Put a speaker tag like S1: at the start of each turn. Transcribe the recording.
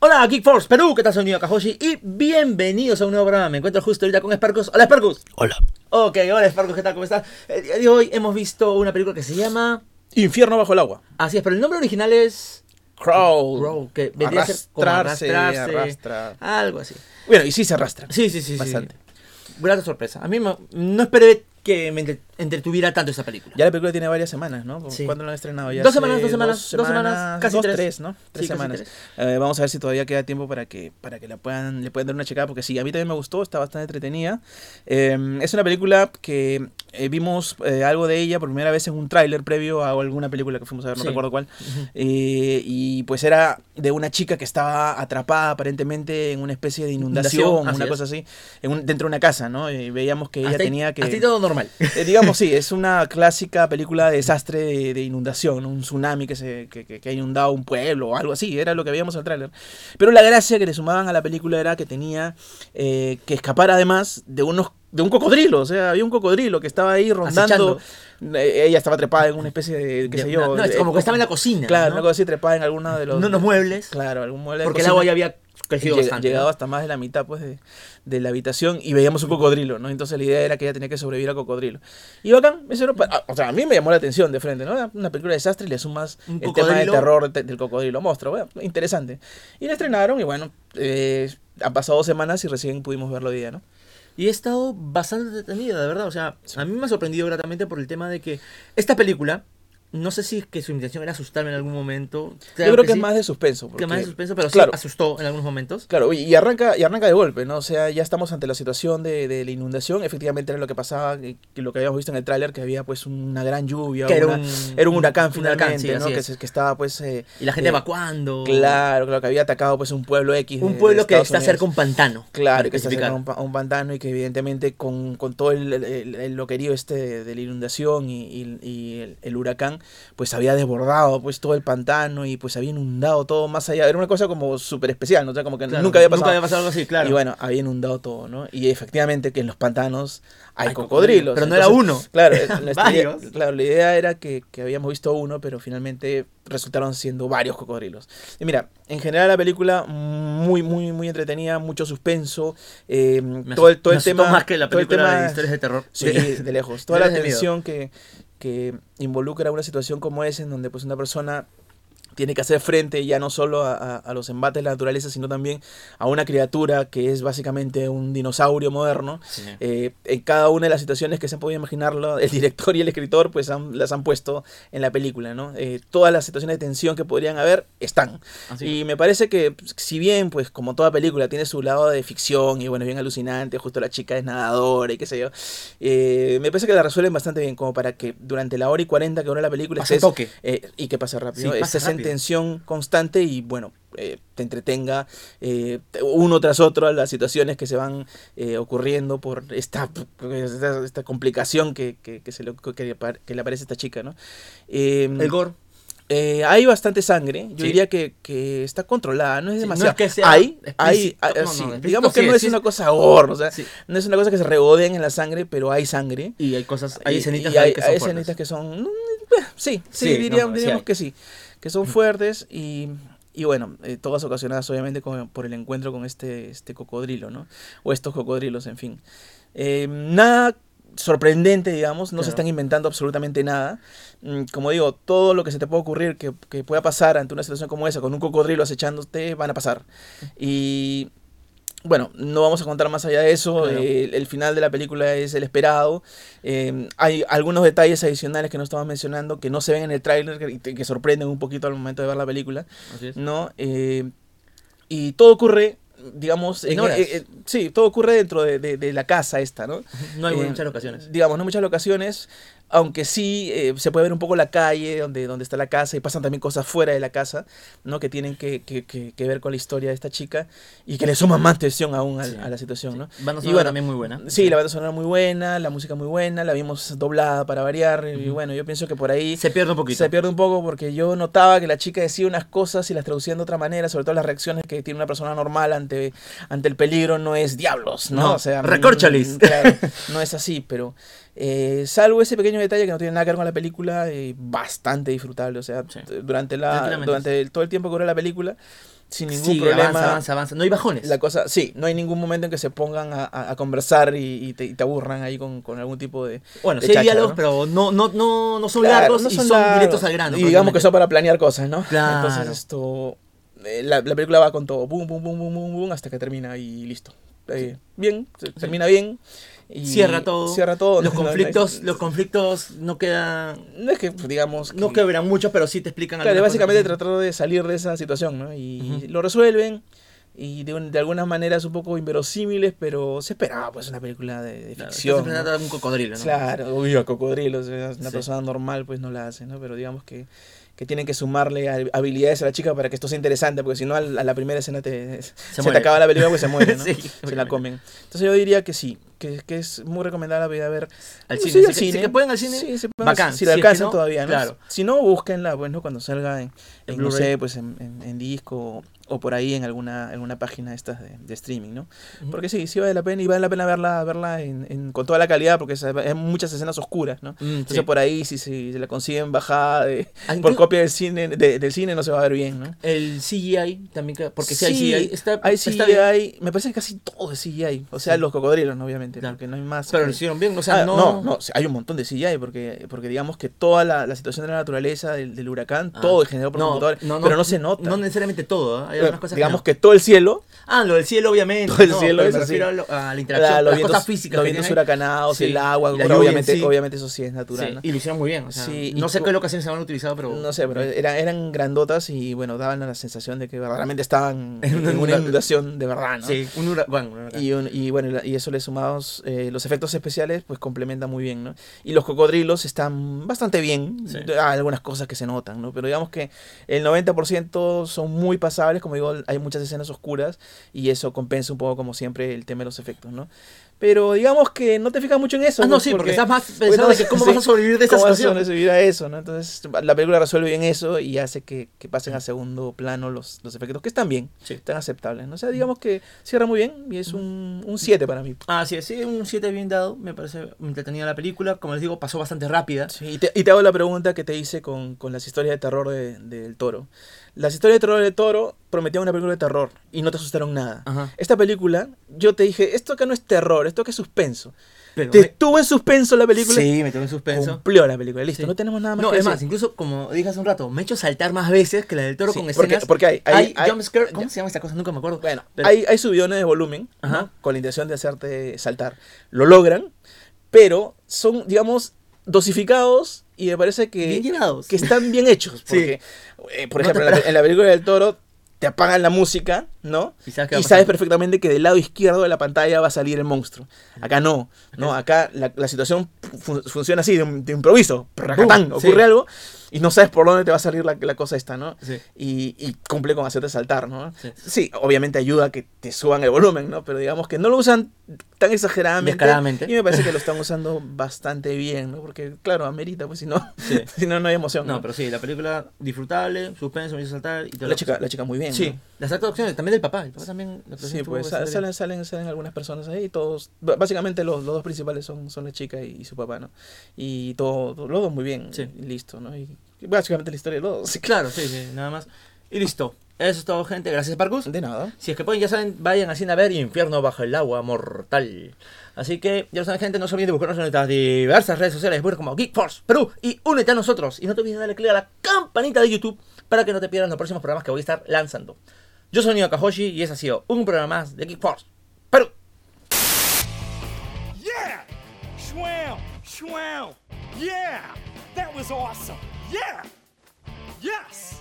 S1: Hola, Geek Force Perú, ¿qué tal? Soy Nido Kajoshi y bienvenidos a un nuevo programa. Me encuentro justo ahorita con Sparkus. Hola, Sparkus.
S2: Hola.
S1: Ok, hola, Sparkus, ¿qué tal? ¿Cómo estás? El día de hoy hemos visto una película que se llama.
S2: Infierno bajo el agua.
S1: Así es, pero el nombre original es.
S2: Crawl.
S1: Bro, que vendría a ser como
S2: Arrastrarse,
S1: arrastrarse,
S2: arrastra.
S1: Algo así.
S2: Bueno, y sí se arrastra.
S1: Sí, sí, sí. sí,
S2: Bastante.
S1: sí. Grata sorpresa. A mí me- no esperé que me entre- entretuviera tanto esta película.
S2: Ya la película tiene varias semanas, ¿no?
S1: Sí.
S2: ¿Cuándo la han estrenado? Ya
S1: Dos
S2: hace
S1: semanas, dos semanas, dos semanas, casi
S2: dos,
S1: tres.
S2: tres. ¿no?
S1: casi
S2: Tres semanas.
S1: tres.
S2: Eh, vamos a ver si todavía queda tiempo para que, para que la puedan, le puedan dar una checada, porque sí, a mí también me gustó, está bastante entretenida. Eh, es una película que eh, vimos eh, algo de ella por primera vez en un tráiler previo a alguna película que fuimos a ver, no
S1: Sí.
S2: recuerdo cuál.
S1: Ujú.
S2: Eh, y pues era de una chica que estaba atrapada aparentemente en una especie de inundación,
S1: Inundación, así
S2: una
S1: es.
S2: cosa así, en un- dentro de una casa, ¿no? Y veíamos que ella
S1: Hasta ahí-
S2: tenía que...
S1: Hasta ahí todo normal.
S2: Eh, digamos, sí, es una clásica película de desastre de, de inundación, un tsunami que, se, que, que- que ha inundado un pueblo o algo así, era lo que veíamos al tráiler. Pero la gracia que le sumaban a la película era que tenía eh, que escapar además de unos de un cocodrilo, o sea, había un cocodrilo que estaba ahí rondando. Eh, Ella estaba trepada en una especie de, qué
S1: De
S2: sé yo.
S1: una- no, es
S2: de-
S1: como que estaba en la cocina.
S2: Claro,
S1: ¿no?
S2: una cosa así, trepada en alguno de los...
S1: En unos muebles.
S2: Claro, algún mueble de
S1: Porque el
S2: cocina
S1: agua ya había crecido
S2: lleg-
S1: bastante.
S2: llegado
S1: ¿no?
S2: hasta más de la mitad pues de, de la habitación y veíamos un cocodrilo, ¿no? Entonces la idea era que ella tenía que sobrevivir al cocodrilo. Y bacán, eso era pa- ah, o sea, a mí me llamó la atención de frente, ¿no? Una película de desastre y le sumas
S1: Un
S2: el tema del
S1: cocodrilo.
S2: terror te- del cocodrilo monstruo, bueno, interesante. Y la estrenaron y bueno, eh, han pasado dos semanas y recién pudimos verlo hoy día, ¿no?
S1: Y he estado bastante detenida, de verdad. O sea, a mí me ha sorprendido gratamente por el tema de que esta película, no sé si es que su intención era asustarme en algún momento.
S2: Yo creo que,
S1: sí,
S2: es más de suspenso.
S1: que más de suspenso, pero
S2: claro.
S1: sí asustó en algunos momentos.
S2: Claro, y- y arranca, y arranca de golpe, ¿no? O sea, ya estamos ante la situación de, de la inundación. Efectivamente era lo que pasaba, que que lo que habíamos visto en el tráiler, que había pues una gran lluvia,
S1: Que era
S2: una-
S1: un-
S2: era un huracán
S1: un huracán,
S2: finalmente,
S1: sí, así
S2: ¿no? Que,
S1: es.
S2: se- que estaba pues... eh,
S1: Y la gente
S2: eh,
S1: evacuando.
S2: Claro, claro, que había atacado pues un pueblo X. de-
S1: Un
S2: de
S1: pueblo que
S2: Estados
S1: está cerca de
S2: Unidos.
S1: un pantano.
S2: Claro,
S1: para
S2: que está cerca
S1: especificar.
S2: a un, pa- a un pantano y que evidentemente con, con todo el, el- el loquerío este de, de la inundación y, y- y el, el huracán, pues había desbordado pues todo el pantano y pues había inundado todo más allá. Era una cosa como súper especial, ¿no? O sea, como que
S1: Claro,
S2: nunca había pasado.
S1: Nunca había pasado algo así, claro.
S2: Y bueno, había inundado todo, ¿no? Y efectivamente que en los pantanos hay,
S1: Hay cocodrilos,
S2: cocodrilos.
S1: pero no era uno.
S2: Claro, eh, nuestra idea-
S1: Varios.
S2: claro, la idea era que, que habíamos visto uno, pero finalmente resultaron siendo varios cocodrilos. Y mira, en general la película muy, muy, muy entretenida, mucho suspenso. eh,
S1: Me
S2: todo el,
S1: asustó-
S2: todo
S1: me
S2: el
S1: asustó
S2: tema...
S1: más que la
S2: todo el
S1: película
S2: tema-
S1: de historias de terror.
S2: Sí, de lejos. Toda la
S1: historias de miedo.
S2: tensión que, que involucra una situación como esa, en donde pues una persona tiene que hacer frente ya no solo a, a- a los embates de la naturaleza, sino también a una criatura que es básicamente un dinosaurio moderno.
S1: Sí.
S2: Eh, en cada una de las situaciones que se han podido imaginarlo, el director y el escritor pues han- las han puesto en la película, ¿no? Eh, todas las situaciones de tensión que podrían haber están.
S1: Así.
S2: Y me parece que, si bien, pues, como toda película, tiene su lado de ficción y bueno, es bien alucinante, justo la chica es nadadora y qué sé yo, eh, me parece que la resuelven bastante bien, como para que durante la hora y 40 que dura la película
S1: Pase
S2: estés,
S1: toque.
S2: eh, y que pase rápido,
S1: Sí, pase
S2: estés en
S1: rápido.
S2: tensión constante y bueno, eh, te entretenga eh, uno tras otro las situaciones que se van eh, ocurriendo por esta, esta, esta complicación que, que, que se le, que, le apar- que le aparece a esta chica, ¿no? Eh,
S1: El gore.
S2: eh, hay bastante sangre, yo
S1: Sí.
S2: diría que, que está controlada, no es
S1: Sí, no
S2: demasiado.
S1: es que sea
S2: hay, hay,
S1: explícito,
S2: ah,
S1: no, no,
S2: sí,
S1: explícito
S2: digamos que
S1: sí
S2: no
S1: es,
S2: es
S1: sí
S2: una
S1: es.
S2: cosa gore, o sea,
S1: Sí.
S2: no es una cosa que se regodeen en la sangre, pero hay sangre.
S1: Y hay cosas, hay
S2: Y-
S1: escenitas
S2: y
S1: ahí
S2: hay-
S1: que
S2: hay
S1: son
S2: escenitas
S1: fuertes.
S2: que son, mm, eh, sí, sí,
S1: Sí, no,
S2: diría-
S1: no, sí
S2: diríamos
S1: hay. Mm.
S2: que sí, que son fuertes y, y bueno, eh, todas ocasionadas obviamente con- por el encuentro con este, este cocodrilo, ¿no? O estos cocodrilos, en fin. Eh, nada sorprendente, digamos, no se
S1: Claro.
S2: están inventando absolutamente nada. Mm, Como digo, todo lo que se te pueda ocurrir, que, que pueda pasar ante una situación como esa, con un cocodrilo acechándote, van a pasar. Y bueno, no vamos a contar más allá de eso.
S1: Claro.
S2: eh, el, el final de la película es el esperado. Eh, hay algunos detalles adicionales que no estamos mencionando, que no se ven en el tráiler, que, que- que sorprenden un poquito al momento de ver la película.
S1: Así es.
S2: ¿no? Eh, y todo ocurre, digamos,
S1: En
S2: eh,
S1: horas.
S2: eh, eh, sí, todo ocurre dentro de, de- de la casa esta, ¿no?
S1: No hay
S2: Eh,
S1: muchas ocasiones.
S2: Digamos, no muchas ocasiones, aunque sí eh, se puede ver un poco la calle donde, donde está la casa y pasan también cosas fuera de la casa, ¿no? Que tienen que, que- que- que ver con la historia de esta chica y que le suman más tensión aún al-
S1: Sí.
S2: a la situación, ¿no?
S1: Banda
S2: Y
S1: sonora
S2: bueno,
S1: también muy buena.
S2: Sí, la banda sonora muy buena, la música muy buena, la vimos doblada para variar y
S1: Ujú.
S2: bueno, yo pienso que por ahí
S1: se pierde un poquito.
S2: se pierde un poco porque yo notaba que la chica decía unas cosas y las traducía de otra manera, sobre todo las reacciones que tiene una persona normal ante, ante el peligro no es diablos, ¿no?
S1: No,
S2: o sea,
S1: recórcholis.
S2: mm, claro, no es así, pero eh, salvo ese pequeño detalle que no tiene nada que ver con la película, eh, bastante disfrutable, o sea,
S1: Sí.
S2: t- durante, la,
S1: Tranquilamente.
S2: durante el- todo el tiempo que dura la película, sin ningún
S1: Sí,
S2: problema.
S1: avanza, avanza, avanza. No hay bajones.
S2: La cosa, sí, no hay ningún momento en que se pongan a, a- a conversar y, y te, y te aburran ahí con, con algún tipo de.
S1: Bueno,
S2: de
S1: sí hay
S2: cháchara,
S1: diálogos,
S2: ¿no?
S1: pero no, no, no, no son
S2: Claro,
S1: largos
S2: no
S1: y son
S2: largos.
S1: directos al grano.
S2: Y digamos
S1: prácticamente.
S2: que son para planear cosas, ¿no?
S1: Claro.
S2: Entonces esto. eh, la, la película va con todo, boom, boom, boom, boom, boom, boom, hasta que termina y listo. Eh, Bien, se- termina bien. Y
S1: Cierra todo.
S2: Cierra todo.
S1: Los
S2: No, no hay-
S1: conflictos, los conflictos no quedan.
S2: No es que, pues, digamos.
S1: No
S2: que-
S1: quedarán mucho, pero sí te explican
S2: Claro,
S1: algunas
S2: básicamente
S1: cosas.
S2: tratar de salir de esa situación, ¿no? Y
S1: Ujú.
S2: lo resuelven. Y de, un- de algunas maneras un poco inverosímiles, pero se esperaba, pues, una película de, de
S1: Claro,
S2: ficción.
S1: estás
S2: ¿no?
S1: enfrentando a un cocodrilo, ¿no?
S2: Claro, uy, a cocodrilos, eh, una
S1: Sí.
S2: persona normal pues no la hace, ¿no? Pero digamos que, que tienen que sumarle hab- habilidades a la chica para que esto sea interesante, porque si no al- a la primera escena te, se, te
S1: muere.
S2: acaba la película porque se muere, ¿no?
S1: Sí,
S2: se la
S1: obviamente.
S2: comen. Entonces yo diría que sí, que, que es muy recomendable ir a ver
S1: Al
S2: Sí,
S1: cine.
S2: al
S1: si, que- si
S2: cine.
S1: que pueden al cine,
S2: Sí, se pueden,
S1: bacán.
S2: si la
S1: es que
S2: alcanzan
S1: no,
S2: todavía, ¿no?
S1: Claro.
S2: Si no, búsquenla, pues, ¿no? Cuando salga en,
S1: En
S2: en, no
S1: Blu-ray.
S2: sé, pues en, en- en disco o, o por ahí en alguna, alguna página de estas de, de streaming, ¿no?
S1: Ujú.
S2: Porque sí, sí vale la pena y vale la pena verla, verla en- en- con toda la calidad porque se- hay muchas escenas oscuras, ¿no?
S1: Mm,
S2: Entonces
S1: sí.
S2: por ahí, si, si se la consiguen bajada de-
S1: Ah,
S2: por
S1: incluso
S2: copia del cine, de- del cine, no se va a ver bien, ¿no?
S1: El CGI también, que- porque si hay
S2: Sí,
S1: CGI, está,
S2: Hay
S1: está bien,
S2: CGI, me parece que casi todo es CGI, o sea,
S1: Sí.
S2: los cocodrilos, ¿no? obviamente,
S1: Claro.
S2: porque no hay más.
S1: pero
S2: que-
S1: lo hicieron bien, o sea,
S2: Ah,
S1: no...
S2: no, no, sí, hay un montón de CGI porque, porque digamos que toda la, la situación de la naturaleza del, del huracán,
S1: Ah.
S2: todo es generado por computadores, pero no se nota.
S1: No necesariamente todo, ¿eh? hay
S2: Pero
S1: algunas cosas
S2: digamos
S1: no.
S2: que, todo el cielo,
S1: Ah, lo del cielo, obviamente.
S2: Todo el
S1: no,
S2: cielo
S1: pero
S2: es
S1: me
S2: así.
S1: refiero a, lo- a la interacción,
S2: la, los
S1: las
S2: vientos,
S1: cosas físicas.
S2: los
S1: que
S2: vientos
S1: tienen ahí.
S2: huracanados,
S1: Sí,
S2: el agua,
S1: y la
S2: bueno,
S1: lluvia en
S2: obviamente,
S1: sí.
S2: obviamente eso sí es natural.
S1: Sí,
S2: ¿no?
S1: y lo hicieron muy bien. O sea,
S2: Sí, y
S1: no sé
S2: tú-
S1: qué locaciones se han utilizado, pero.
S2: No sé, pero eran, eran grandotas y bueno, daban la sensación de que verdaderamente estaban
S1: En
S2: en
S1: una
S2: una
S1: inunda-
S2: inundación de verdad, ¿no?
S1: Sí, un huracán. un huracán.
S2: Y, un- y bueno, y la- y eso le sumados eh, los efectos especiales, pues complementa muy bien, ¿no? Y los cocodrilos están bastante bien,
S1: Sí.
S2: hay algunas cosas que se notan, ¿no? Pero digamos que el 90% son muy pasables, como digo, hay muchas escenas oscuras y eso compensa un poco, como siempre, el tema de los efectos, ¿no? Pero digamos que no te fijas mucho en eso.
S1: Ah, no,
S2: pues,
S1: sí, porque, estás más pensando
S2: porque no-
S1: de que cómo
S2: sí.
S1: vas a sobrevivir de esa
S2: ¿Cómo vas a
S1: situación.
S2: sobrevivir a eso, ¿no? Entonces, la película resuelve bien eso y hace que, que pasen a segundo plano los, los efectos, que están bien,
S1: Sí.
S2: están aceptables. ¿no? O sea, digamos que cierra muy bien y es un un 7 para mí.
S1: Ah, sí, sí, un 7 bien dado. Me parece entretenida la película. Como les digo, pasó bastante rápida.
S2: Sí, y, te, y te hago la pregunta que te hice con, con las historias de terror de- del toro. Las historias de terror del toro prometían una película de terror y no te asustaron nada.
S1: Ajá.
S2: Esta película, yo te dije, esto acá no es terror, esto acá es suspenso.
S1: Pero
S2: Te estuvo en suspenso la película.
S1: Sí, me tengo en suspenso.
S2: Cumplió la película, listo,
S1: Sí.
S2: no tenemos nada más
S1: No,
S2: que
S1: es
S2: decir.
S1: más, incluso como dije hace un rato, me he hecho saltar más veces que la del toro
S2: Sí,
S1: con
S2: porque-
S1: escenas.
S2: porque hay- hay-
S1: hay,
S2: hay-
S1: jump scare. ¿Cómo se llama esta cosa? Nunca me acuerdo.
S2: Bueno,
S1: Pero-
S2: hay, hay subidones de volumen ¿no?
S1: Ajá.
S2: con la intención de hacerte saltar. Lo logran, pero son, digamos, dosificados y me parece
S1: bien
S2: que,
S1: llenados.
S2: eh, que están bien hechos.
S1: Sí.
S2: Porque, eh, por
S1: No te
S2: ejemplo, en la, en la película del toro te apagan la música, ¿no?
S1: Y sabes qué va
S2: Y
S1: a
S2: sabes
S1: pasar.
S2: perfectamente que del lado izquierdo de la pantalla va a salir el monstruo. Acá no, ¿no? Acá la, la situación fun- funciona así, de, un- de improviso. ¡Pracatán!
S1: Boom, sí.
S2: Ocurre algo y no sabes por dónde te va a salir la, la cosa esta, ¿no?
S1: Sí.
S2: y, y cumple con hacerte saltar, ¿no?
S1: Sí.
S2: Sí. obviamente ayuda a que te suban el volumen, ¿no? Pero digamos que no lo usan tan exageradamente.
S1: Descaradamente.
S2: Y me parece que lo están usando bastante bien, ¿no? Porque, claro, amerita, pues si no,
S1: Sí.
S2: si no, no hay emoción.
S1: No, pero sí, la película disfrutable, suspenso, me hizo saltar y todo.
S2: la, chica, la chica muy bien.
S1: Sí,
S2: ¿no?
S1: las actuaciones, también del papá. El papá también. la actuación
S2: Sí,
S1: estuvo
S2: pues sa-
S1: bastante bien.
S2: salen, salen, salen algunas personas ahí, y todos, b- básicamente los, los dos principales son, son la chica y, y su papá, ¿no? Y todo, todo- los dos muy bien,
S1: Sí.
S2: y listo, ¿no? Y básicamente la historia de los dos, así que-
S1: Claro, sí, sí, nada más. Y listo. Eso es todo, gente. Gracias, Parkus.
S2: De nada.
S1: Si es que pueden, ya saben, vayan así a ver Infierno bajo el agua mortal. Así que, ya lo saben, gente, no se olviden de buscarnos en nuestras diversas redes sociales, busquen como Geek Force Perú y únete a nosotros. Y no te olvides de darle click a la campanita de YouTube para que no te pierdas los próximos programas que voy a estar lanzando. Yo soy Nino Kahoshi y ese ha sido un programa más de Geek Force Perú.
S3: Yeah! Schwam! Schwam! Yeah! That was awesome! Yeah! Yes!